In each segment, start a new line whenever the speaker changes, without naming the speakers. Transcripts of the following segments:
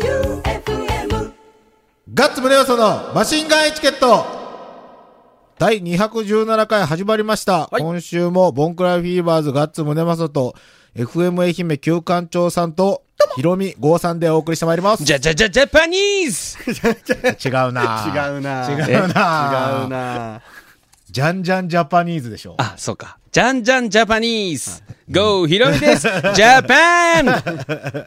J-O-E-U-F-M
ガッツムネオソのマシンガンエチケット第217回始まりました。
はい
今週もボンクラフィーバーズガッツムネマソと FM 愛媛旧館長さんとヒロミ郷さんでお送りしてまいります。
じゃじゃじゃジャパニー
違
ズ
うな
違うな
違うな
え違うな
じゃんじゃんジャパニーズでしょ。
あ、そうか。じゃんじゃんジャパニーズ !GO! ヒロミ ですジャパン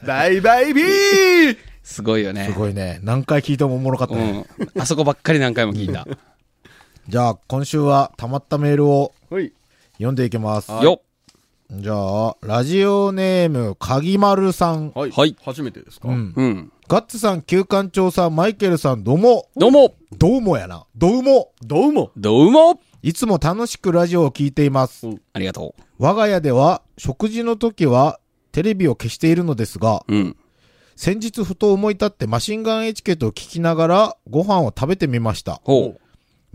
バイバイビー
すごいよね
す。ごいね。何回聞いてもおもろかった
う
ね。
ん。あそこばっかり何回も聞いた。
じゃあ、今週は溜まったメールを
ほい。
読んでいきます。
よ
じゃあ、ラジオネーム、かぎまるさん。
はい。
はい
初めてですか、
うん。
うん。
ガッツさん、旧館長さん、マイケルさん、どうも。
どうも
どうもやな。どうも。
どうも。
どうも
いつも楽しくラジオを聞いています。
ありがと
我が家では、食事の時は、テレビを消しているのですが、
う。うん。
先日ふと思い立ってマシンガンエチケットを聞きながら、ご飯を食べてみました。
ほ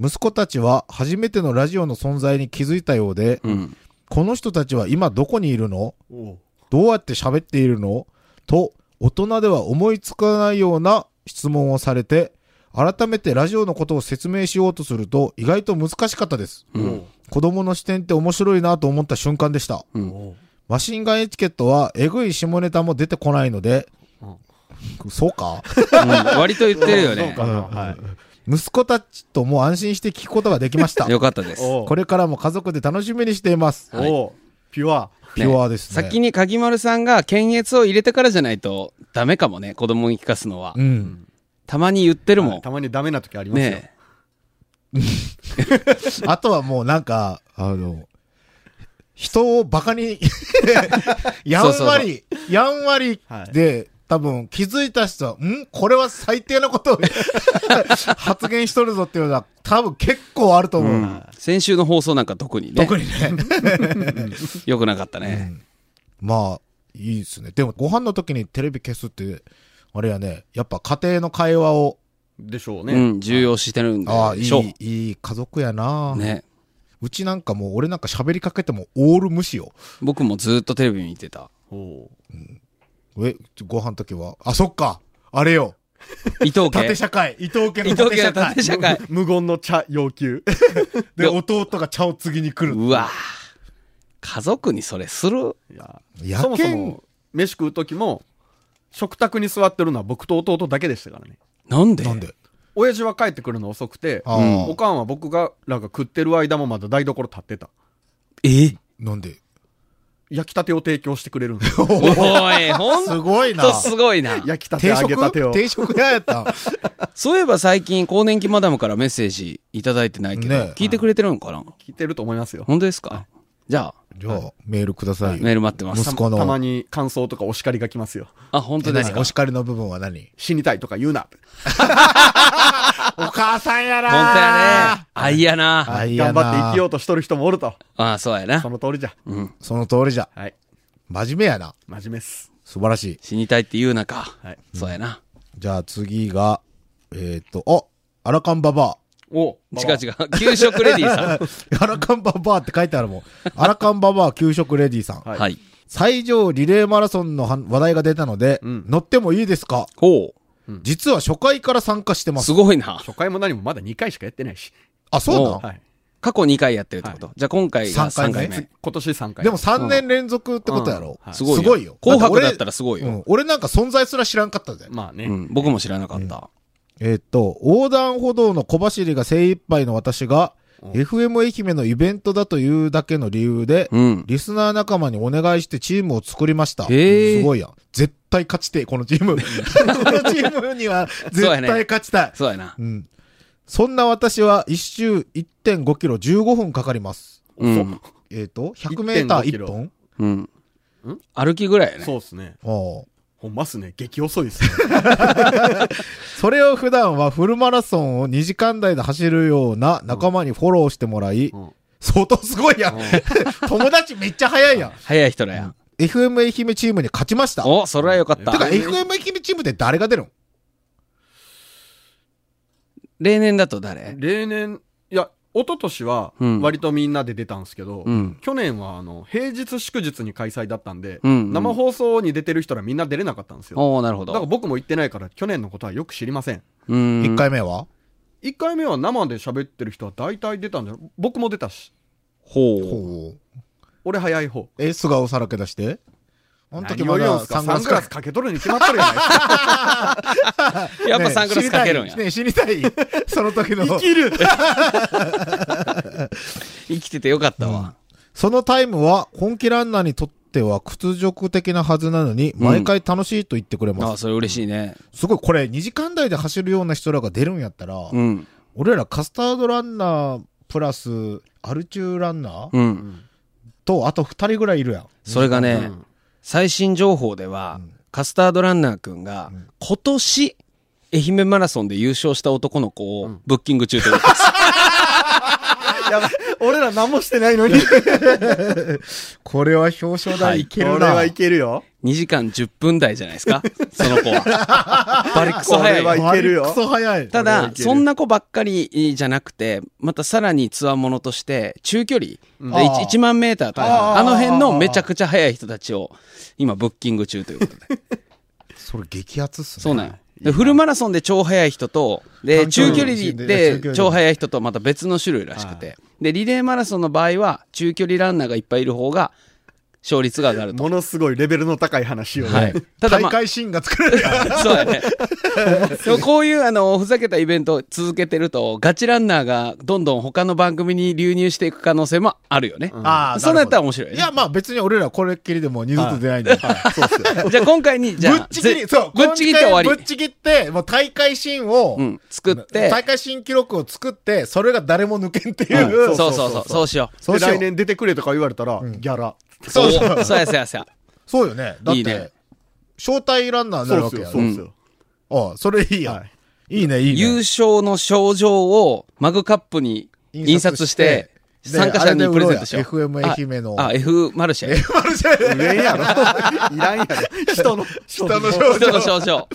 息子たちは、初めてのラジオの存在に気づいたようで、
う。うん。
この人たちは今どこにいるの
お
どうやって喋っているのと、大人では思いつかないような質問をされて、改めてラジオのことを説明しようとすると、意外と難しかったです。
うん。
子供の視点って面白いなと思った瞬間でした。
うん。
マシンガンエチケットは、えぐい下ネタも出てこないので、そうか
割と言ってるよ ね。
は
息子たちとも安心して聞くことができました。
よかったです。
お
これからも家族で楽しみにしています。
おおピュア。
ピュアですね。
先に鍵丸さんが検閲を入れてからじゃないとダメかもね。子供に聞かすのは
う。ん。
たまに言ってるもん
た。まにダメな時ありますよ。
ね
あとはもうなんか、あの、人をバカに、 やん
そう
わ
そう
り、やんわり
はい
で、多分気づいた人は、んこれは最低なことを 発言しとるぞっていうのは、多分結構あると思う。
うん。先週の放送なんか特にね。
特にね。
良くなかったね。
まあ、いいですね。でも、ご飯の時にテレビ消すって、あれやね、やっぱ家庭の会話を、
でしょう
う
ね。
ん。重要視してるん
ああ、い
でしょ
い、いい家族やな、
う。ね。
うちなんかもう、俺なんか喋りかけてもオール無視よ。
僕もずっとテレビ見てた。
お
え、ご飯の時は、あ、そっか、あれよ。
伊藤家
縦。社会。伊藤家
伊
の縦
藤家
社
の
会
縦。社会。
無言の茶要 求。
で、弟が茶を継ぎに来る。
うわぁ家族にそれする
いや
や
そもそ
けん
も、飯食う時も、食卓に座ってるのは僕と弟だけでしたからね。
なんで
なんで
親父は帰ってくるの遅くて、
あ
うん
おかんは僕が、らが食ってる間もまだ台所立ってた。
え
なんで
焼きたてを提供してくれるんですよ。
おい、ほん
すごいな
と。すごいな。
焼きたて
定
揚げた
食
てを。
定食屋やったん。
そういえば最近、更年期マダムからメッセージいただいてないけど、
ねえ
聞いてくれてるのかな
聞いてると思いますよ。
本当ですかじゃあ、
じゃあ、メールください。
メール待ってます
息。子の。
たまに感想とかお叱りが来ますよ。
あ、本当
え
です
何
か
お叱りの部分は何
死にたいとか言うな。
お母さんや
本当やね。あいやな。
あいや
頑
な
張って生きようとしとる人もおると。
あ、そうやな
そ。の通りじゃ。
うん。
その通りじゃ。
はい。
真面目やな。
真面目っす。
素晴らしい。
死にたいって言うなか。
はい。
そうやな。
じゃあ次が、えっと、あアラカンババ
お
違う違う。給食レディー さん。
ア。アラカンババアって書いてあるもん。アラカンババア給食レディさん。
はい
はい。
最上リレーマラソンの話話題が出たので、
うん
乗ってもいいですか
ほ
実は初回から参加して
う。
ますす。
ごいな。
初回も何もまだ2回しかやってないし。
あ、そうなの、
はい。
過去2回やってるってこと。じゃあ今回が
三
3
回
回
目
目。
今年3回。
でも、3年連続ってことやろ、
うんはい
すごいよ。
すごいよ
紅白だったら
す
すごいよ。
俺なんか存在すら知らんかったぜ。
まあね。
うん、僕も知らなかった。
えーっと、横断歩道の小走りが精一杯の私が、FM 愛媛のイベントだというだけの理由で、
うん。
リスナー仲間にお願いしてチームを作りました。
へー
すごいやん。絶対勝ちてえ、このチー ム。このチームには絶
そうや
対
ね
勝ちたい。
そうやな。
うん。そんな私は一周1.5キロ15分かかります。
うん。
えっ、と、100メーター
1.5キ
1
ロ
本
うん。歩きぐらいやね。
そうっすね。
おう
ほんまっすね。激遅いっすね。
それを普段はフルマラソンを2時間台で走るような仲間にフォローしてもらい、
うん
相当すごいやん。友達めっちゃ早 いやん。
早い人らやん。
FM 愛媛チームに勝ちました。て
お、それはよかった
か、。
て
FM 愛媛チームって誰が出るん
例年だと誰
例年、いや、一昨年は
うん
割とみんなで出たんですけど、
うん
去年はあの平日祝日に開催だったんで、
うんうん
生放送に出てる人らみんな出れなかったんですよ。
おおなるほ
だから
ど。
僕も行ってないから去年のことはよく知りません。
うーん
1回目は
1回目は生で喋ってる人は大体出たんじゃない僕も出たし。
ほう。
ほう。
俺早い方。
え、素顔さらけ出してあの時ま
何より
だ
も
サ
サ
ン
ン
グラス
グラスかけとるに決まっとるやないですか。
やっぱサングラスかけるんや。
ねえ知りたい。ねえ知り たいその時の。
る
生きててよかったわ。
そのタイムは本気ランナーにとっては屈辱的なはずなのに、毎回楽しいと言ってくれ
あ
ま
あ、
す。
それ嬉しいね。
すごい、これ2時間台で走るような人らが出るんやったら、
うん。
俺らカスタードランナープラスアルチューランナー、
うん。
と、あと2人ぐらいいるやん。
それがね、
うん
最新情報では、カスタードランナーくんが、今年、愛媛マラソンで優勝した男の子をブッキング中ということです。
やばい俺ら何もしてないのに。
これは表彰台いける
俺
な。
はいけるよ。
2時間10分台じゃないです かその子は。バリクソ
これ
早
は
い。
いけるよ
クソ早い。
た
これはい
だ、
ける
そんな子ばっかりじゃなくて、またさらにツアーものとして、中距離で
ん
1, 1万メーターとか、
あー
あの辺のめちゃくちゃ速い人たちを、今ブッキング中ということで。
それ激アツっすね。
そうなんよ。でフルマラソンで超速い人と、で、
短距
中
離
距離
中
で
距離
超速い人とまた別の種類らしくて。で、リレーマラソンの場合は、中距離ランナーがいっぱいいる方が、勝率が上が ると。
ものすごいレベルの高い話をね。
はい。ただ
大
まあ、
会シーンが作れるやん。
そうやね。でもこういうあの、ふざけたイベントを続けてると、ガチランナーがどんどん他の番組に流入していく可能性もあるよね。
ああ
そんなんやったら面
い
白いね
や、まあ別に俺らこれっきりでもう二度と出ないんだよ。そうっすよ。
じゃあ今回に、じゃ
ぶっ
あ、
ちぎり、
ぜ
そう。
ぶっちぎって終わり
ぶ。っちぎって、もう大会新を、
うん、作って、
大会新記録を作って、それが誰も抜けんっていうう。
んそうそうそう、そうしよう。
そう
で
しよう
来年出てくれとか言われたら、ギャラ。
そうそう
おそうやそうやそうや。
そうよね。だっ
いいね
て、招待ランナーになるわけや
そう
ろ。
っすよ。
ああ、それいいや
は
ん。いいね、いいね。
優勝の賞状をマグカップに印刷して、
印刷して
参加者にプレゼントしよう。
であれで売ろうや FM 愛媛の
あ、あ F マルシェ。
そう。上やろ。 いらんやろ。人の、人
下の
人の賞状。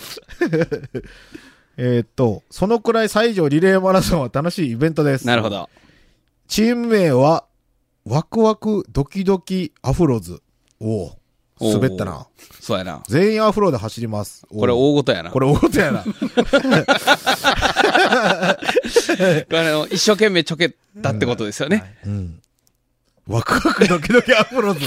えーっと、そのくらい西条リレーマラソンは楽しいイベントです。
なるほ。ど。
チーム名は、ワクワクドキドキアフロズ。おお滑った
おー
な。。
そうやな。
全員アフロで走ります。おう
これ大事やな。
こ
こ
れ大手や な。
れ、あの一生懸命ちょけたってことですよね。
うん。ワクワクドキドキアフロズ。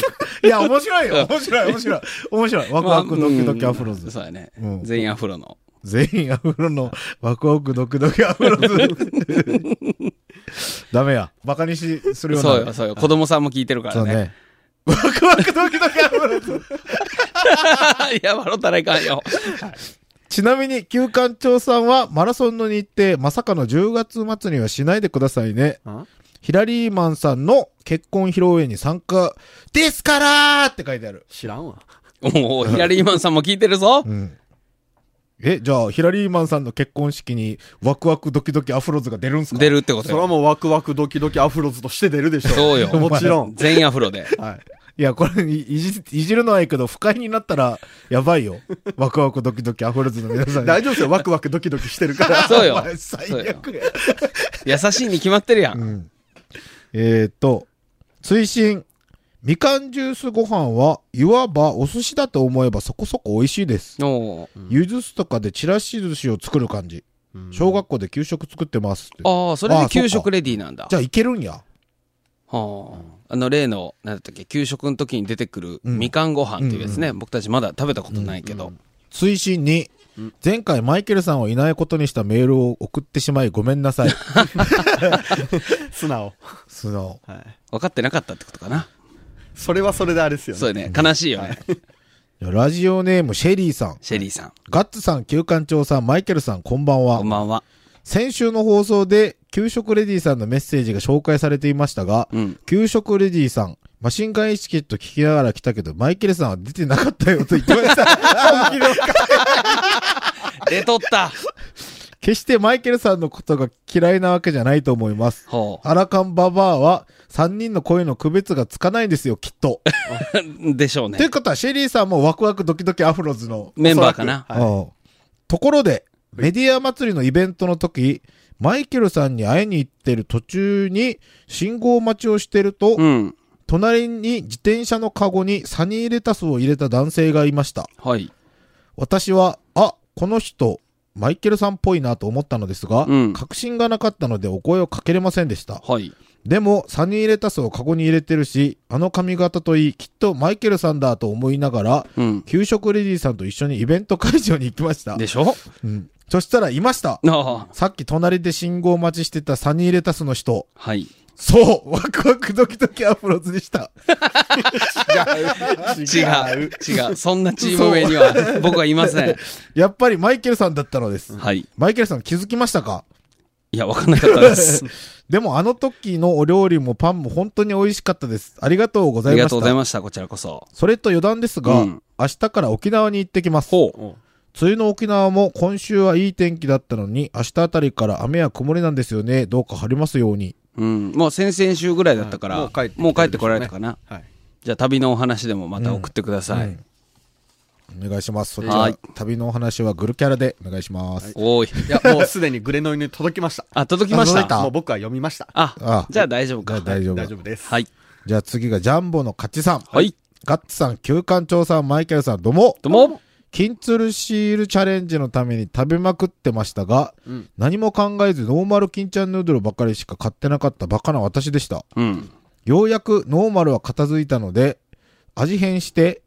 いや、面白いよ。面白い、面白い。面白い。ワクワクドキドキアフロ
まあうん
ズ。
そうやね
うん。
全員アフロの。
全員アフロのワクワクドキドキアフロズ。ダメや。バカにし、するような。
そうよ、そうよ。子供さんも聞いてるか
そ
ら
う
ね。
ね。ワクワクドキドキアフロズ。
いや、笑ったらいかんよ。
ちなみに、旧館長さんは、マラソンの日程、まさかの10月末にはしないでくださいね。ヒラリーマンさんの結婚披露宴に参加、ですからーって書いてある。
知らんわ。
おお、ヒラリーマンさんも聞いてるぞ。
うん。え、じゃあ、ヒラリーマンさんの結婚式に、ワクワクドキドキアフロズが出るんすか
出
る。
るってこ
そ
と
れは
よ。
もうワクワクドキドキアフロズとして出るでしょ。
そうよ
もちろん。
全員アフロで。
はい。いや、これい、いじ、いじるのはいいけど、不快になったら、やばいよ。ワクワクドキドキアフロズの皆さんに。
大丈夫ですよ。ワクワクドキドキしてるから。
そうよ
お。前最悪や。
優しいに決まってるやん。
うん。えーっと、推進。みかんジュースご飯は、いわばお寿司だと思えばそこそこ美味しいです。
おー
ゆず酢とかでちらし寿司を作る感じ。小学校で給食作ってますって。
ああ、それ
あ
で
あそっか
給食レディーなんだ。
じゃあいけるんや。
はあ、あの例の、なんだったっけ、給食の時に出てくる
ん
みかんご飯っていうやつね、僕たちまだ食べたことないけど、
推進2。前回マイケルさんをいないことにしたメールを送ってしまいごめんなさ い。
素直。
その、
はい。
分かってなかったってことかな。
それはそれであれですよ
そう
ね。
よね、悲しいよね、
ラジオネームシェリーさん。
シェリーさん。
ガッツさん、旧館長さん、マイケルさん、こんばんは。
こんばんは。
先週の放送で、給食レディさんのメッセージが紹介されていましたが、
うん。
給食レディさん、マシンガンエチケット聞きながら来たけど、マイケルさんは出てなかったよと言ってま した。本気の
出とった。
決してマイケルさんのことが嫌いなわけじゃないと思います。
ほ
アラカンババアは3人の声の区別がつかないんですよ、きっと。
う。 でしょう
とい
ね
う。ことは、シェリーさんもワクワクドキドキアフロズの。
メンバーかな。
うんところで、メディア祭りのイベントの時、マイケルさんに会いに行ってる途中に信号待ちをしてると、
うん。
隣に自転車のカゴにサニーレタスを入れた男性がいました。
はい。
私は、あ、この人、マイケルさんっぽいなと思ったのですが、
うん
確信がなかったのでお声をかけれませんでした。
はい。
でも、サニーレタスをカゴに入れてるし、あの髪型といい、きっとマイケルさんだと思いながら、
うん。
給食レディーさんと一緒にイベント会場に行きました。
でしょ
うん、そしたら、いました。
ああ。
さっき隣で信号待ちしてたサニーレタスの人。
はい。
そうワクワクドキドキアプローズでした。
違う。違う。そんなチーム上には僕はいませ ん。
やっぱりマイケルさんだったのです。
はい。
マイケルさん気づきましたか
いや、わかんなかった です。
でもあの時のお料理もパンも本当に美味しかったです。ありがとうご
あ
ざい
り
ました。
がとうございました。こちらこそ。
それと余談ですが、
うん
明日から沖縄に行ってきます。梅
ほ
雨の沖縄も今週はいい天気だったのに、明日あたりから雨や曇りなんですよね。どうか晴れますように。
う。うん。もう先々週ぐらいだったから、
はいもう帰ってきてる
もう帰ってこられたかな。
はい。
じゃあ旅のお話でもまた送ってください。
お願いします。そっち
は
はい旅のお話はグルキャラでお願いします。
おい。
いや、もうすでにグレノイに届きました。
あ、届きまし
あ届いた
た。
もう僕は読みました。
あ
あ
じゃあ大丈夫
じゃあ
か。
大丈夫。
大丈夫です。
はい。
じゃあ次がジャンボの勝ちさん。
はい。
ガッツさん、旧館長さん、マイケルさん、どうも。
どうも。
金鶴シールチャレンジのために食べまくってましたが、何も考えずノーマル金ちゃんヌードルばかりしか買ってなかったバカな私でした。
うん。
ようやくノーマルは片付いたので、味変して、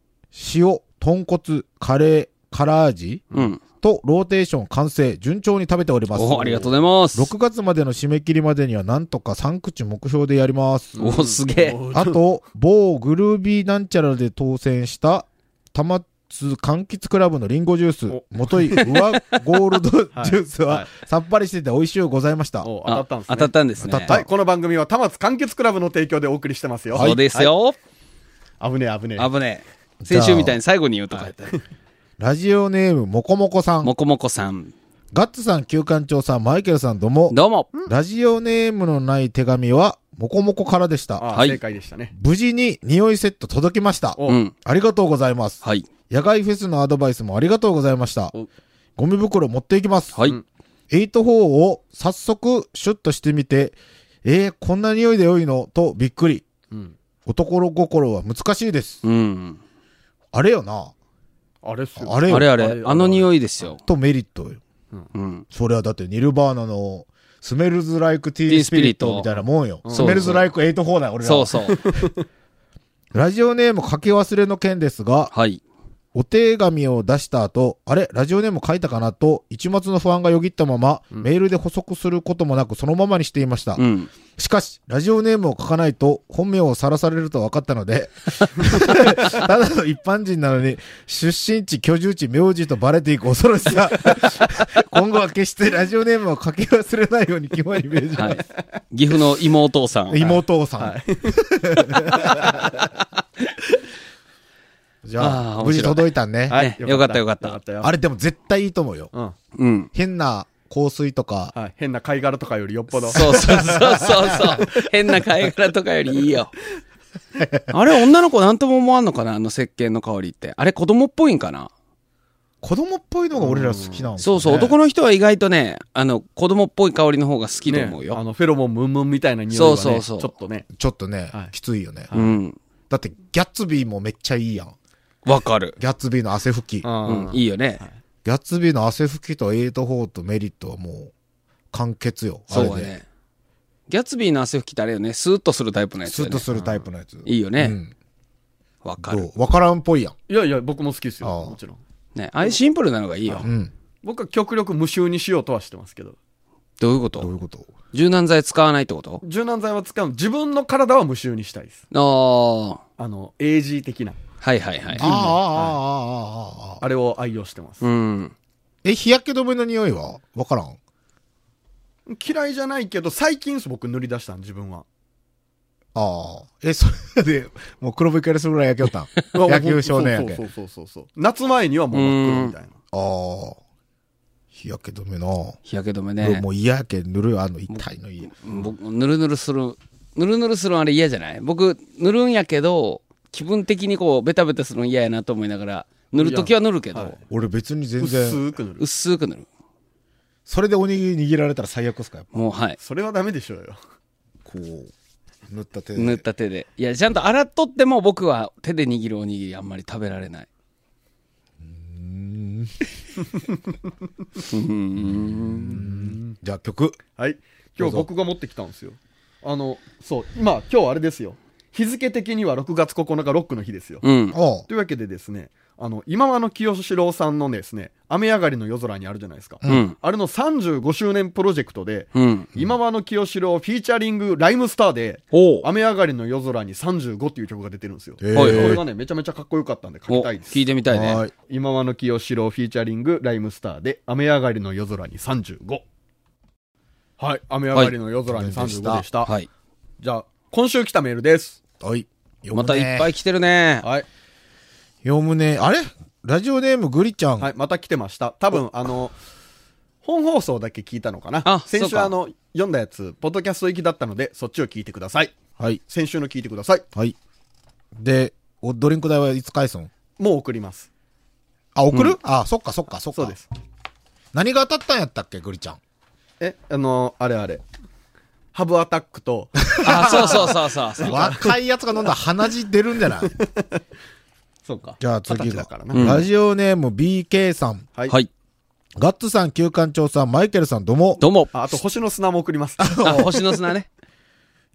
塩、豚骨、カレー、辛味
うん。
とローテーション完成、順調に食べております。
おありがとうございます。
6月までの締め切りまでにはなんとか3口目標でやります。
おすげえ。
あと、某グルービーなんちゃらで当選した、たまつ柑橘クラブのリンゴジュース
お、
もとい、ウワゴールドジュース
はいは、
はいさっぱりしてて美味しゅうございました。
お当た
あ
ったんです
当
ね。
たったんですね。
当たった
はい、この番組は、たまつ完結クラブの提供でお送りしてますよ。
そうですよ。
はい。危ねえ、危ねえ。
危ねえ。先週みたいに最後に言うとかやったら。
ラジオネーム、もこもこさん
も、こもこさん。
ガッツさん、旧館長さん、マイケルさん、どうも。
どうも。
ラジオネームのない手紙は、もこもこからでし
あ
た。
あ、
はい
正解でしたね。
無事に匂いセット届きました。
お
うん。
ありがとうございます。
はい。
野外フェスのアドバイスもありがとうございました
お。
ゴミ袋持っていきます。
はい。
8-4を早速シュッとしてみて、えー、こんな匂いで良いのとびっくり。
うん。
男の心は難しいです。
うん。
あれよな。
あれっすよ。
あれよ。
あれあ
あれ
れ、あの匂いですよ。
とメリットよ。
うん。
それはだってニルバーナのスメルズ・ライク・ティー・スピリットみたいなもんよ。
ん
スメルズ・ライク・8-4だよ、俺ら
そう
は。
そう。
ラジオネーム書き忘れの件ですが、
はい。
お手紙を出した後、あれラジオネーム書いたかなと、一末の不安がよぎったまま、メールで補足することもなくそのままにしていました。
うん。
しかし、ラジオネームを書かないと本名をさらされると分かったの で、ただの一般人なのに、出身地、居住地、名字とバレていく恐ろしさ。今後は決してラジオネームを書き忘れないように肝に銘じます。
はい。岐阜の妹さん。
妹さん。 じゃ
あ
あ、
ー
無事届いたんね。
はい
ねよかったよかった
よかったよ。
あれでも絶対いいと思うよ。
うん。
うん。
変な香水とか、
はい。変な貝殻とかよりよっぽど。
そうそうそうそうそう。変な貝殻とかよりいいよ。あれ、女の子なんとも思わんのかなあの石鹸の香りって。あれ、子供っぽいんかな
子供っぽいのが俺ら好きなの、
そうそう。男の人は意外とね、あの、子供っぽい香りの方が好きと思う
ねあ
よ。
の、フェロモンムンムンみたいな匂いはね。
そうそうそう
ちょっとね。
ちょっとね、
はい
きついよね。
うん。
だって、ギャッツビーもめっちゃいいやん。
わかる。
ギャッツビーの汗拭き。ギャ
うん
あ。
いいよね。
ッツビーの汗拭きとエイトフォーとメリットはもう、完結よ。あ
そ
れ
うだね。ギャツビーの汗拭きってあれよね。スーッとするタイプのや
で。
つ
ス
だよ
ッと
ね。
するタイプのやつ。
いいよ
う
ね。
ん。
わか
ど
る。
うわからんっぽいやん。
いやいや、僕も好きですよ。
ああ
もちろん。
ね。あれシンプルなのがいいよ
う。ん。
僕は極力無臭にしようとはしてますけど。
どういうこ
どうい
と
うこと
柔軟剤使わないってこと
柔軟剤は使う。自分の体は無臭にしたいです。
あ
あの、AG 的な。
あ。はいはいはい
あ。あ、ああ、ああ、ああ。
あれを愛用してます。
うん。
え、日焼け止めの匂いはわからん。
嫌いじゃないけど、最近僕塗り出したん、自分は。
ああ。え、それで、もう黒光りするぐらい焼けよった ん。野球少年やけ。
そ
あ
うそうそうそうそう。夏前にはもう真っ黒みたいな。
あ。日焼け止めな。
日焼け止め
俺
ね
も。う嫌やけん塗るよ、あの痛いの嫌。
僕、ぬるぬるする。ぬるぬるするんあれ嫌じゃない僕、塗るんやけど、気分的にこう、ベタベタするん嫌やなと思いながら、塗るときは塗るけ
は
ど
い、
俺別に全然。
薄く塗る。
薄く塗る。
それでおにぎり握られたら最悪ですかやっぱ
もうはい。
それはダメでしょうよ。
こう、塗った手で。
塗った手で。いや、ちゃんと洗っとっても僕は手で握るおにぎりあんまり食べられない。
じゃあ曲。
はい。今日僕が持ってきたんですよ。あの、そう、今、今日あれですよ。日付的には6月9日ロックの日ですよ。
うん。
おう
というわけでですね、あの、今和の清志郎さんのですね、雨上がりの夜空にあるじゃないですか。
うん。
あれの35周年プロジェクトで、
うん。
今和の清志郎フィーチャリングライムスターで、
お
雨上がりの夜空に35っていう曲が出てるんですよ。
へー
これがね、めちゃめちゃかっこよかったんで書きたいです
聞。いてみたい
は
ね
い。
今和の清志郎フィーチャリングライムスターで「雨上がりの夜空に35」はい「雨上がりの夜空に35」でした,、
はい
はい。
じゃあ今週来たメールです
はい。読むね
またいっぱい来てるね。
はい、
読むね。あれラジオネームグリちゃん。
はい、また来てました多分あの本放送だけ聞いたのかな
あ
先
そう
週
か
あの読んだやつポッドキャスト行きだったのでそっちを聞いてください
はい。
先週の聞いてください
はい。で、おドリンク代はいつ返すん
もう送ります
あ、送る、あ、そっかそっかそっか。
そうで。す
何が当たったんやったっけ、グリちゃ ん。
えあのあれあれハブアタックと
あ、そうそうそうそうそう。
若いやつが飲んだら鼻血出るんじゃ ない
そうか
じゃあ次
二十歳
が
だからな、
うん
ラジオネーム BK さん。
はい、
はい。
ガッツさん、旧館長さん、マイケルさん、どうも。
どうも。
ああと星の砂も送 ります
あ、星の砂ね。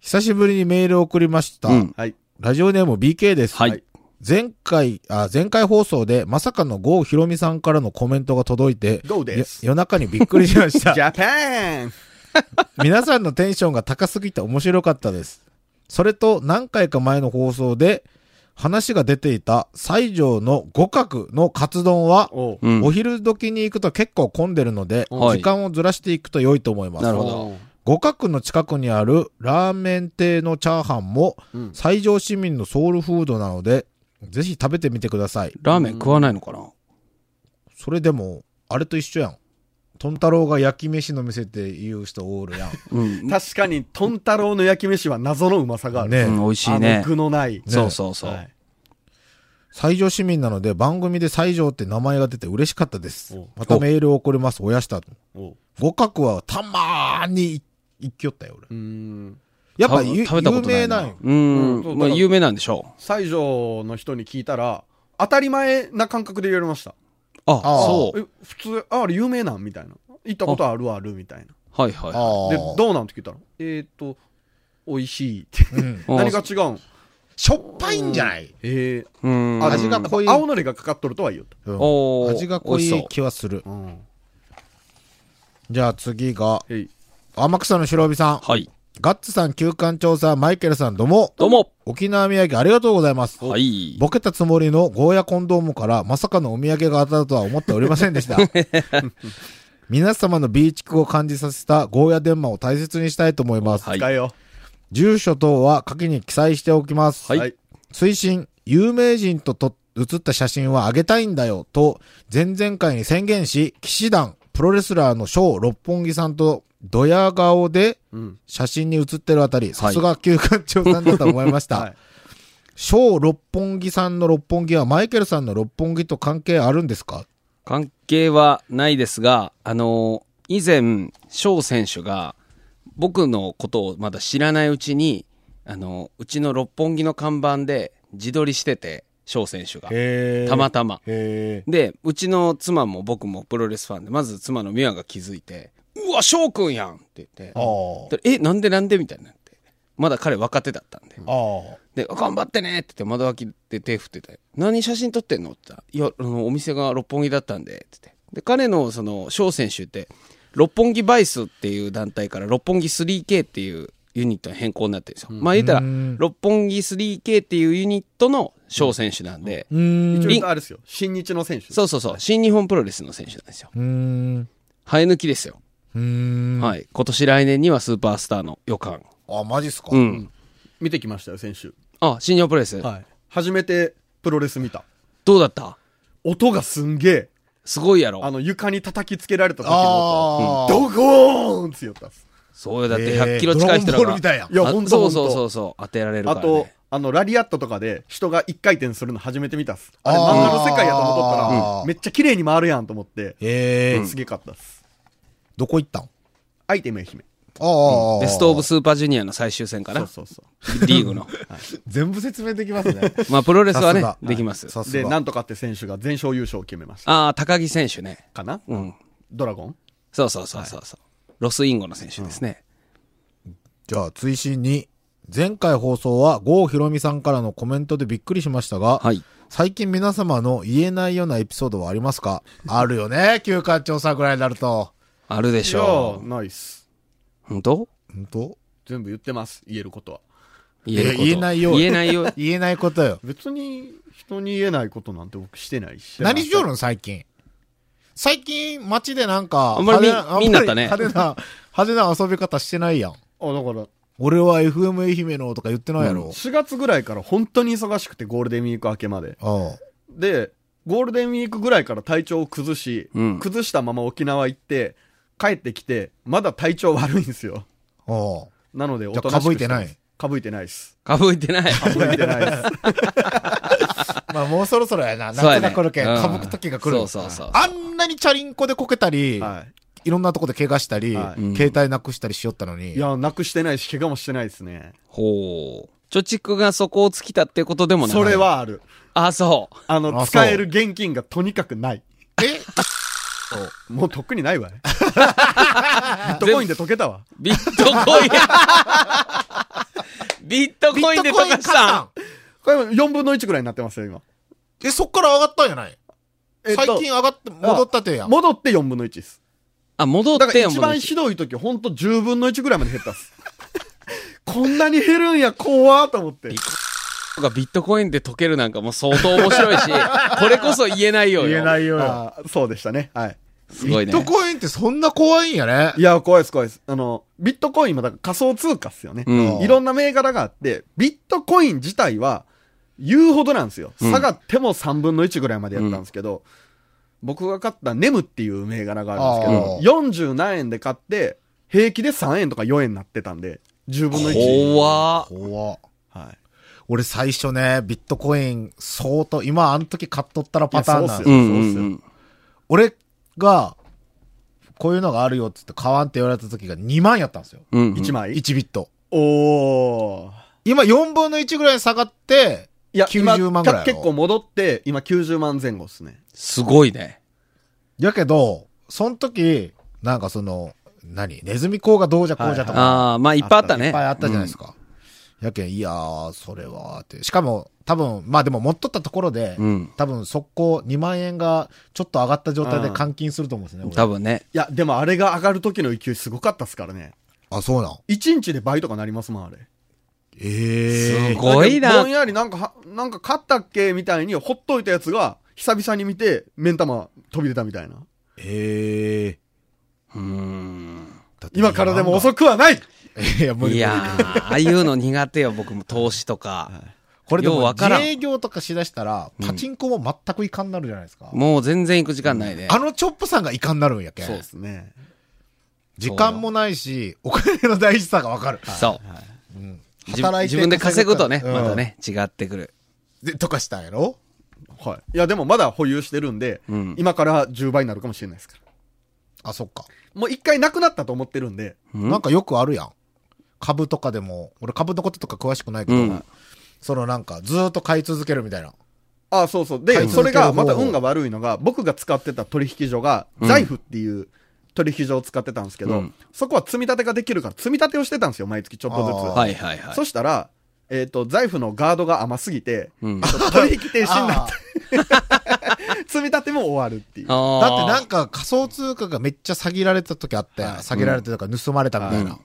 久しぶりにメールを送りました。
うん
はい
ラジオネーム BK です。
はい。
前回、あ、前回放送で、まさかの郷ひろみさんからのコメントが届いて、
どうです
よ夜中にびっくりしました
ジ。ャパン
皆さんのテンションが高すぎて面白かったです。それと何回か前の放送で話が出ていた西条の五角のカツ丼は、
おう
うん
お昼時に行くと結構混んでるので、
はい
時間をずらしていくと良いと思います。
なるほど。
五角の近くにあるラーメン亭のチャーハンも
うん
西条市民のソウルフードなので、ぜひ食べてみてください。
ラーメン食わないのかな
それでも、あれと一緒やん。トン太郎が焼き飯の店って言う人おる やん。
うん。
確かに、トン太郎の焼き飯は謎のうまさがある。
ねえ
うん美味しいね
あの具のない。
そうそうそう。
はい
西条市民なので番組で西条って名前が出て嬉しかったです
お。
またメールを送ります。おやしたと。
おう
五角はたまーに行きよったよ、俺
う。ーん。
やっぱ
た
ゆ
食べたこ
有
とな
名
い
な
なん
よ。
うん
そう。
まあ、有名なんでしょ
西条の人に聞いたら、当たり前な感覚で言われました。
う。あ、
あー
そう。
え、普通、あ、あれ有名なんみたいな。行ったことあるあるみたいな。
はいはいはい。
あ
で、
あ。
どうなんて聞いたら、えっと、美味しいって。
うん
あー
何が違うん
しょっぱいんじゃない
ええ。
うん。
あ
味が濃い
青のりがかかっとるとは言う
うん
おー
味が濃
美味しそ
いう気はする。
と。うん。
じゃあ次が、
へい。
天草の白帯さん。
はい。
ガッツさん、旧館長さん、マイケルさん、どうも。
どうも。
沖縄土産ありがとうございます。
はい。
ボケたつもりのゴーヤコンドームからまさかのお土産が当たるとは思っておりませんでした。皆様のビーチクを感じさせたゴーヤ電話を大切にしたいと思います。
はい
使えよ。
住所等は下記に記載しておきます。
はい。
推進、有名人とと写った写真はあげたいんだよと前々回に宣言し、騎士団、プロレスラーのショー六本木さんとドヤ顔で
うん。
写真に写ってるあたり、さすが旧館長さんだと思いました。
はい。
小六本木さんの六本木はマイケルさんの六本木と関係あるんですか
関係はないですが、あの以前、翔選手が、僕のことをまだ知らないうちに、あのうちの六本木の看板で自撮りしてて、翔選手が。
へ
たまたま。
へ
で、うちの妻も僕もプロレスファンで、まず妻の美和が気づいて、うわ、翔くんやんって言って
あ、ー
でえ、なんでなんでみたいになって。まだ彼若手だったんで。
あー
で、頑張ってねって言って窓脇で手振ってて、何写真撮ってんのって言ったら、いや、あの、お店が六本木だったんで、って言って。で、彼のその、翔選手って、六本木バイスっていう団体から六本木 3K っていうユニットに変更になってるんですよ。まあ言ったら、
うん
六本木 3K っていうユニットの翔選手なんで、
うーん
一応
う
言うとあれですよ。新日の選手。
そうそうそう、新日本プロレスの選手なんですよ。
ーん
生え抜きですよ。
うーん
はい。今年来年にはスーパースターの予感。
あマジっすか
うん。
見てきましたよ、先週。
あ、新日本プロレス。
はい。初めてプロレス見た。
どうだった
音がすんげえ。
すごいやろ
あ。の、床に叩きつけられた時の
ああ
音。ドゴーンって言ったっす。
そうよ、だって
えー
100キロ近い人ら
ドラゴンボー
が。
ルみたいやん
いや
あ
ほんと
そう
ほんと
そうそうそう、当てられるか
あ
ら、
と、
ね。
あの、ラリアットとかで人が一回転するの初めて見たっす。あれ
あー
漫画の世界やと思っとった
う
ら、
ん
めっちゃ綺麗に回るやんと思って、
ええ
すげえかったっす。
どこ行ったん
アイテム愛媛。
ああ。
ベストオブスーパージュニアの最終戦か
そ
な
うそうそ
リーグの。
全部説明できます ね。
まあ、プロレスはね
さすが、
できます。
さ
う。
す
で、
が。
なんとかって選手が全勝優勝を決めました。
ああ、高木選手ね。
かな
うん。
ドラゴン
そうそうそうそうそう。ロスインゴの選手ですね。
じゃあ、追伸に、前回放送は郷ひろみさんからのコメントでびっくりしましたが、
はい。
最近皆様の言えないようなエピソードはありますかあるよね、休館調査ぐらいになると。
あるでしょ
いやーナイス。
う。本当
本当
全部言ってます。言えることは。
言えること
いや言えないよ
言えないよ。
言えないことよ。
別に人に言えないことなんて僕してないし。
何しよるの最近。最近、街でなんか、
あんまりみ
派手
みんなだね
あんまり派手な、派手な遊び方してないやん。
あ、だから、
俺は FM 愛媛のとか言ってないやろ。
4月ぐらいから本当に忙しくて、ゴールデンウィーク明けまで。
ああ。
で、ゴールデンウィークぐらいから体調を崩し、
うん
崩したまま沖縄行って、帰ってきて、まだ体調悪いんですよ。
ああ。
なので、お
じゃあ
となしく
かぶい
して
て ない
かぶいてないっす。
かぶいて ない。
かぶいてないっ す。
まあもうそろそろやな。
そうや
夏
ね
が来るけん、
うん
かぶく時が来る。
そうそうそう
あんなにチャリンコでこけたり、、
はい
ろんなとこで怪我したり、
はい
うん
携帯なくしたりしよったのに。
い。いや、なくしてないし、怪我もしてないっすね。
ほう。貯蓄がそこを尽きたってことでもない。
それ。はある。
あ、そう。
あ
あ
の、
そう
使える現金がとにかくない。
え
もうとっくにな いわね。ビットコインで溶けたわ。
ビットコイン。ビットコインで溶かしたん。
ビットコイン買っ
これ4分の1ぐらいになってますよ、今。
たんえ、そっから上がったんじゃない、
えっと
最近上がって、戻ったてやん。
戻って4分の1です。
あ、戻っ
だか
て
ら
よ、
一番ひどい時、ほんと10分の1ぐらいまで減ったっす。 こんなに減るんや、怖ーと思って。
がビットコインで溶けるなんかもう相当面白いし、これこそ言えないよよ。い。
いよ
あーそうでしたね。はい。
すごい
ビ
ね。
ットコインってそんな怖いんやね
い。や、怖いです、怖いです。あの、ビットコインもだから仮想通貨っすよね。
うん
いろんな銘柄があって、ビットコイン自体は言うほどなんですよ。
うん
下がっても3分の1ぐらいまでやったんですけど、僕が買ったネムっていう銘柄があるんですけど、40何円で買って、平気で3円とか4円になってたんで、10分の1。
怖っ
怖っ
はい。
俺最初ね、ビットコイン相当、今あの時買っとったらパターンなん
いやそ
です
うっ
す
う
よ
よ。
んうんうん。
俺が、こういうのがあるよって言って買わんって言われた時が2万やったんですよ。
うんうん。
1枚、
1ビット。
おー。
今4分の1ぐらいに下がって、
いや、今
90万ぐらいやろ
結構戻って、今90万前後っすね。
すごいね。
やけど、その時、なんかその、何ネズミ講がどうじゃこうじゃとか、
ああ、まあいっぱいあったね。
いっぱいあったじゃないですか。やけん、いやー、それは、って。しかも、多分、まあでも持っとったところで、
うん
多分速攻2万円がちょっと上がった状態で換金すると思うんですね、
うん。
俺
多分ね。
いや、でもあれが上がる時の勢いすごかったっすからね。
あ、そうなん。
1日で倍とかなりますもん、あれ。
ええ
すごい
ぼ。
なん
やりなんかは、なんか勝ったっけみたいに、ほっといたやつが、久々に見て、目ん玉飛び出たみたいな。
ええ
うん。
今からでも
遅
遅くはない
い。いや、もう、
いやー、ああいうの苦手よ、僕も投資とか。
これで
よう
も
わ
自
からん
営業とかしだしたら、パチンコも全くいかんなるじゃないですか。
もう全然行く時間ないね。
あのチョップさんがいかんなるんやけん。
すね。
時間もないし、お金の大事さがわかる。
そう。自分
働いて
自分で稼ぐとね、
うん
またね、違ってくる。
で、とかしたんやろ
はい。いや、でもまだ保有してるんで、
うん
今から10倍になるかもしれないですから。
あ、そっか。
もう一回なくなったと思ってるんで、
うん
なんかよくあるやん。株とかでも、俺株のこととか詳しくないけど、
うん
そのなんか、ずーっと買い続けるみたいな。
ああ、そうそう。
買
で、
い続
それ
ける方
が、
法
また運が悪いのが、僕が使ってた取引所が、
ん
財布っていう取引所を使ってたんですけど、
うん
そこは積み立てができるから、積み立てをしてたんですよ、毎月ちょっとずつ。
あー
はいはいはい。
そしたら、えっ、と、財布のガードが甘すぎて、
うん
ちょっと取引停止にな
あ
っ
ー
て、積み立ても終わるっていう。
あ
だってなん
か、
か仮想通貨がめっちゃ下げられた時あったやん。
はい
下げられたとか盗まれたみたいな。
うん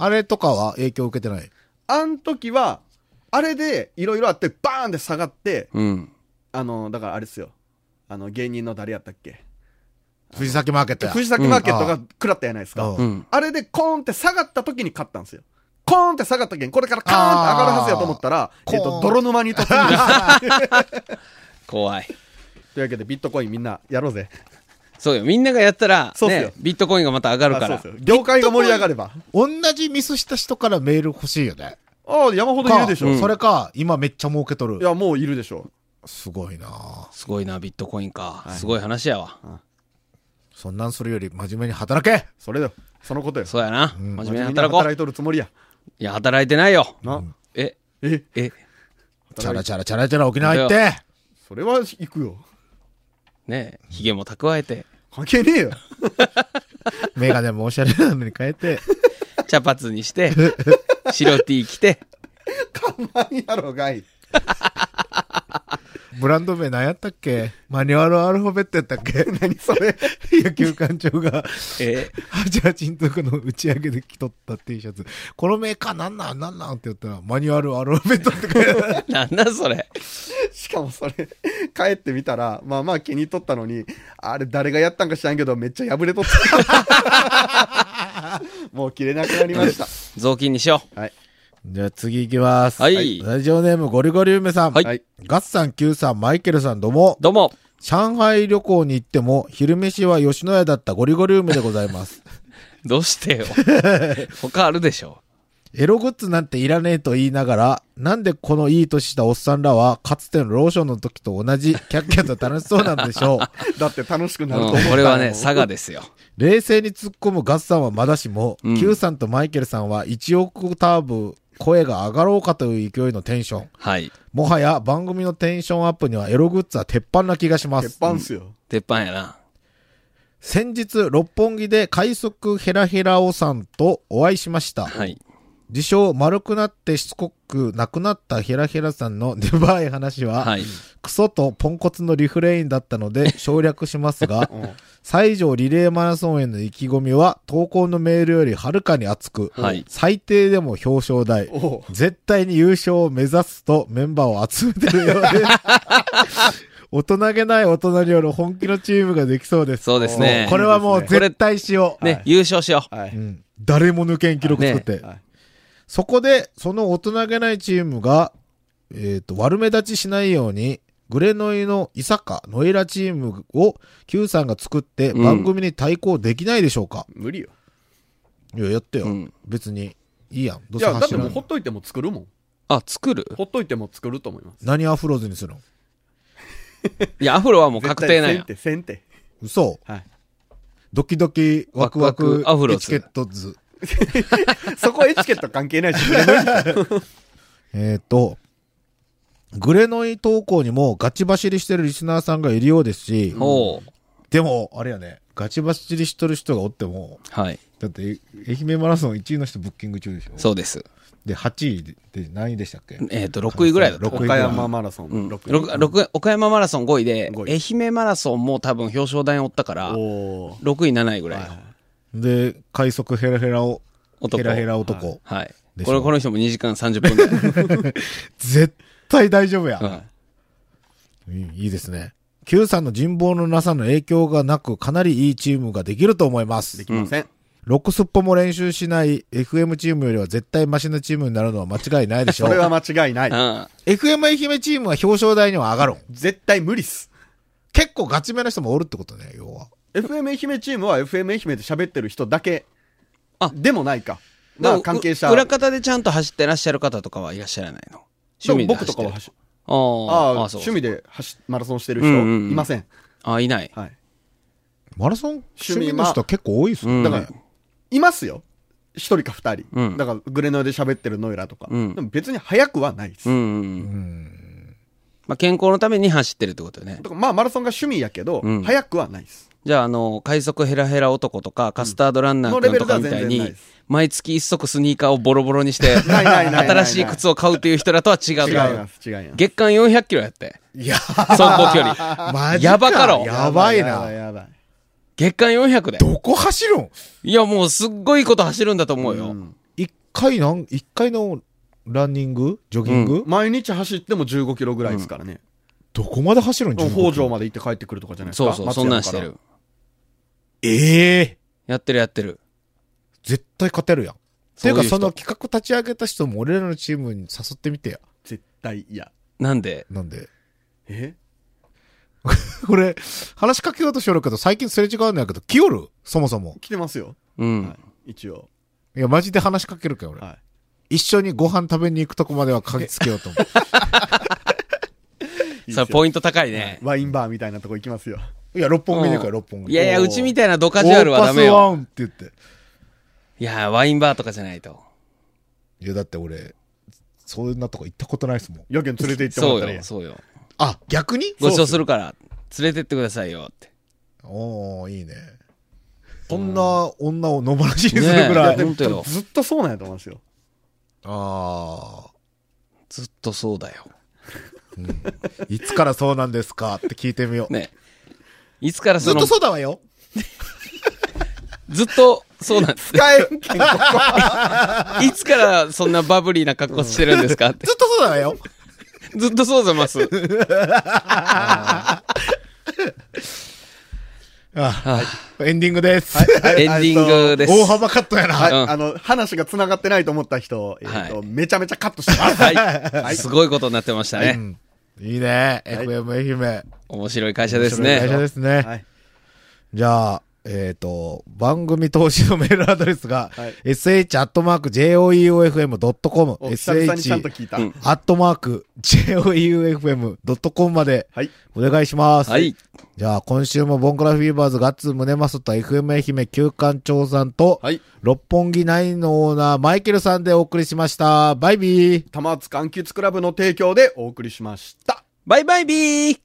あれとかは影響受けてない。
あん時は、あれでいろいろあって、バーンって下がって、
うん。
あの、だからあれですよ。あの、芸人の誰やったっけ
藤崎マーケットや。
藤崎マーケットが食らったじゃないですか。
うん
うん。
あれでコーンって下がった時に買ったんですよ。コーンって下がった時に、これからカーンって上がるはずやと思ったら、
あー
えっ、
コー
と、
ン
泥沼に突入した。
怖い。
というわけで、ビットコインみんなやろうぜ。
そうよ。みんながやったら、
そうっすよ
ね、ビットコインがまた上がるか
あ
ら
そう。ですよ業界が盛り上がれば。
同じミスした人からメール欲しいよね。
ああ、山ほどいるでしょ。
か
うん
それか、今めっちゃ儲けと
い
る。
や、もういるでしょ。
すごいなぁ
すごいな、ビットコインか。すごい話やわ。
そんなんするより真面目に働け
それだよ。そのことよ。
そうやな。
ん
真面目に働こう。
いとるつもりや。
いや、働いてないよ。
な。
え、
え、
え、
チャラチャラチャラチャラ沖縄行って
それは行くよ。
ねえ、髭も蓄えて、
関係ねえよ。
メガネもおしゃれなのに変え て、
茶髪にして、白 T 着て、
かまんやろがい。
ブランド名何やったっけマニュアルアルファベットやったっけ
何それ。
野球館長が、
え、
88のとこの打ち上げで着とった T シャツ。このメーカーなんなんなんなんって言ったら、マニュアルアルファベットって書いてある
なんだそれ。
しかもそれ、帰ってみたら、まあまあ気に入っとったのに、あれ誰がやったんか知らんけど、めっちゃ破れと った。もう着れなくなりました。
雑巾にしよ
はい。
じゃあ次行きます。
はい
ラジオネームゴリゴリ梅さん。
はい
はい。
ガッサン、キューさん、マイケルさん、どうも
う。。どうも。
上海旅行に行っても、昼飯は吉野家だったゴリゴリ梅でございます。
どう してよ。他あるでしょ。
エログッズなんていらねえと言いながら、なんでこのいい年したおっさんらは、かつてのローションの時と同じ、キャッキャと楽しそうなんでしょう。
だって楽しく
う
なると思っ
ん、
た。
これ はね、佐賀ですよ。
冷静に突っ込むガッサンはまだしも、
うん
Q さんとマイケルさんは1オクターブ声が上がろうかという勢いのテンション。
はい。
もはや番組のテンションアップにはエログッズは鉄板な気がしま
鉄
す。
板っすよ。
鉄板やな。
先日、六本木で快速ヘラヘラおさんとお会いしました。
はい。
自称丸くなってしつこくなくなったヘラヘラさんの デバい話は、
はい。
クソとポンコツのリフレインだったので省略しますが、
うん。
西条リレーマラソンへの意気込みは投稿のメールよりはるかに厚く、
はい
最低でも表彰台。
おう
絶対に優勝を目指すとメンバーを集めてるようです。大人げない大人による本気のチームができそうです。
そうですね
これはもう
いいです
ね
絶対しよう。
ね、優勝しよう。
はい。
うん誰も抜けん記録作って。
はい
そこで、その大人げないチームが、えっ、と、悪目立ちしないように、グレノイの伊坂、ノエラチームを Q さんが作って
うん
番組に対抗できないでしょうか、
無理よ。
いや、やってよ。
うん
別に、いいやん。どう
い
せ
や、だっ
走
て
ら
も
な
うほっといても作るもん。
あ、作る
ほっといても作ると思います。
何アフローズにするの
いや、アフロはもう確定なんや
絶。対せんて、
嘘
せんて。はい。
ドキドキワクワ
ワク
ク
ワクアフロー
エ
ズ
チケット図。
そこはエチケット関係ない し、無理
えっ、と、グレノイ投稿にもガチ走りしてるリスナーさんがいるようですし、
ほう。
でも、あれやね、ガチ走りしとる人がおっても、
はい。
だって、え愛媛マラソン1位の人ブッキング中でしょ
そうです。
で、8位でで何位でしたっけ
えっ、と、6位ぐらいだった。
六位
岡山マラソン
うん、
6
6六岡山マラソン5位で
五、位
愛媛マラソンも多分表彰台におったから、6
おー
位、7位ぐらいよ。
で、快速ヘラヘラを、
男。
ヘラヘラ男。
はい
で。しょ
これ、この人も2時間30分ぐ らい。
絶対大丈夫や、
はい
うんいいですね。Q さんの人望のなさの影響がなく、かなりいいチームができると思います
で。きません。
ロックスッポも練習しない FM チームよりは絶対マシなチームになるのは間違いないでしょ
そ
う。
れは間違いない。
うん。
FM 愛媛チームは表彰台には上がるん。
絶対無理っす。
結構ガチめの人もおるってことね、要は。
FM 愛媛チームは FM 愛媛で喋ってる人だけ。
あ
でもないか。まあ関係者。
う裏方でちゃんと走ってらっしゃる方とかはいらっしゃらないの趣味で
でも僕とかは
走ってる
走る。
あー
ああ
あ、そう
趣味で走マラソンしてる
うんうんう
人
ん
いません。
あ、いない。
はい。
マラソン
趣味
趣味の人は結構多いっす
う
ね。
ん
だから、いますよ。一人か二人。
うん
だから、グレノイで喋ってるノイラとか。
うん
でも別に早くはないです。
うんうんうん。まあ、健康のために走ってるってことよね
だ。からまあ、マラソンが趣味やけど、
うん
早くはないです。
じゃあ、あの、快速ヘラヘラ男とか、カスタードランナーくんとかみたい
のレベルでは全然ない
に
です、
毎月一足スニーカーをボロボロにして、
ないないないない
新しい靴を買うっていう人らとは違うと。
違います、違います。
月間400キロやって。
いや、
走行距離。
マジ
やばかろ
やばい
やば
な。
いやばい。
月間400で。
どこ走るん
いや、もうすっごいこと走るんだと思うよ。
一回なん、一回のランニングジョギング、
毎日走っても15キロぐらいですからね。
どこまで走るん15
北条まで行って帰ってくるとかじゃないです
そ
か。
うそう、
松
そん
山
な
から
んしてる。。
ええ
やってるやってる。
絶対勝てるやん。っていう
そう
か、
いう人
その企画立ち上げた人も俺らのチームに誘ってみてや。
絶対嫌。
なんで
なんで。
え
これ、話しかけようとしよるけど、最近すれ違うんだけど、来よるそもそも。
来てますよ。
うん。
はい、一応。
いや、マジで話しかけるけど俺。
は
一緒にご飯食べに行くとこまでは嗅ぎつけようと思う。
い。
それ
イン
ポイント高いね。
ワインバーみたいなとこ行きますよ。
いや、六本木でか
う
い、
ん
六本木。
いやいや、
おー
うちみたいなドカジュアルはダメ
オーパスワ
よ。
ンって言って。
いや、ワインバーとかじゃないと。
いや、だって俺、そんなとこ行ったことないですもん。
やけん連れて行ってもら
そ
った
う
らいいや
よ、そうよ。
あ、逆に
ごちそうするから、連れてってくださいよって。
おー、いいね。こんな女を野放しにするぐ
ね
ら
え
い。
本当よ。
ずっとそうなんやと思うんですよ。
あ
ずっとそうだよ。
あ、いつからそうなんですかって聞いてみよう。
ね。いつから
ず
そ
っ
の
と、そうだわよ。
ずっとそうなんです。
使えんけんここ
いつからそんなバブリーな格好してるんですかって
ず。っとそうだわ よ。
ずっとそうざます。
ああエンディングです。
エンディングです。
大幅カットやな。
はい、
うん
あの、話が繋がってないと思った人、えーと
は
めちゃめちゃカットしてます。
はい。すごいことになってました
う
ね。
んいいね。FM 愛媛。
面白い会社です
会社
ね。
ですね。
はい。
じゃあ、えっ、と、番組投資のメールアドレスが、
はい
sh.joeufm.com、
お久々にちゃんと
sh.
聞いた。
うん
アットマーク、joeufm.com まで
はい。
お願いします。
はい。
じゃあ、今週もボンクラフィーバーズガッツムネマソと FM 愛媛旧館長さんと、
はい。
六本木ナインのオーナーマイケルさんでお送りしました。バイビー。
玉津柑橘クラブの提供でお送りしました。
バイバイビー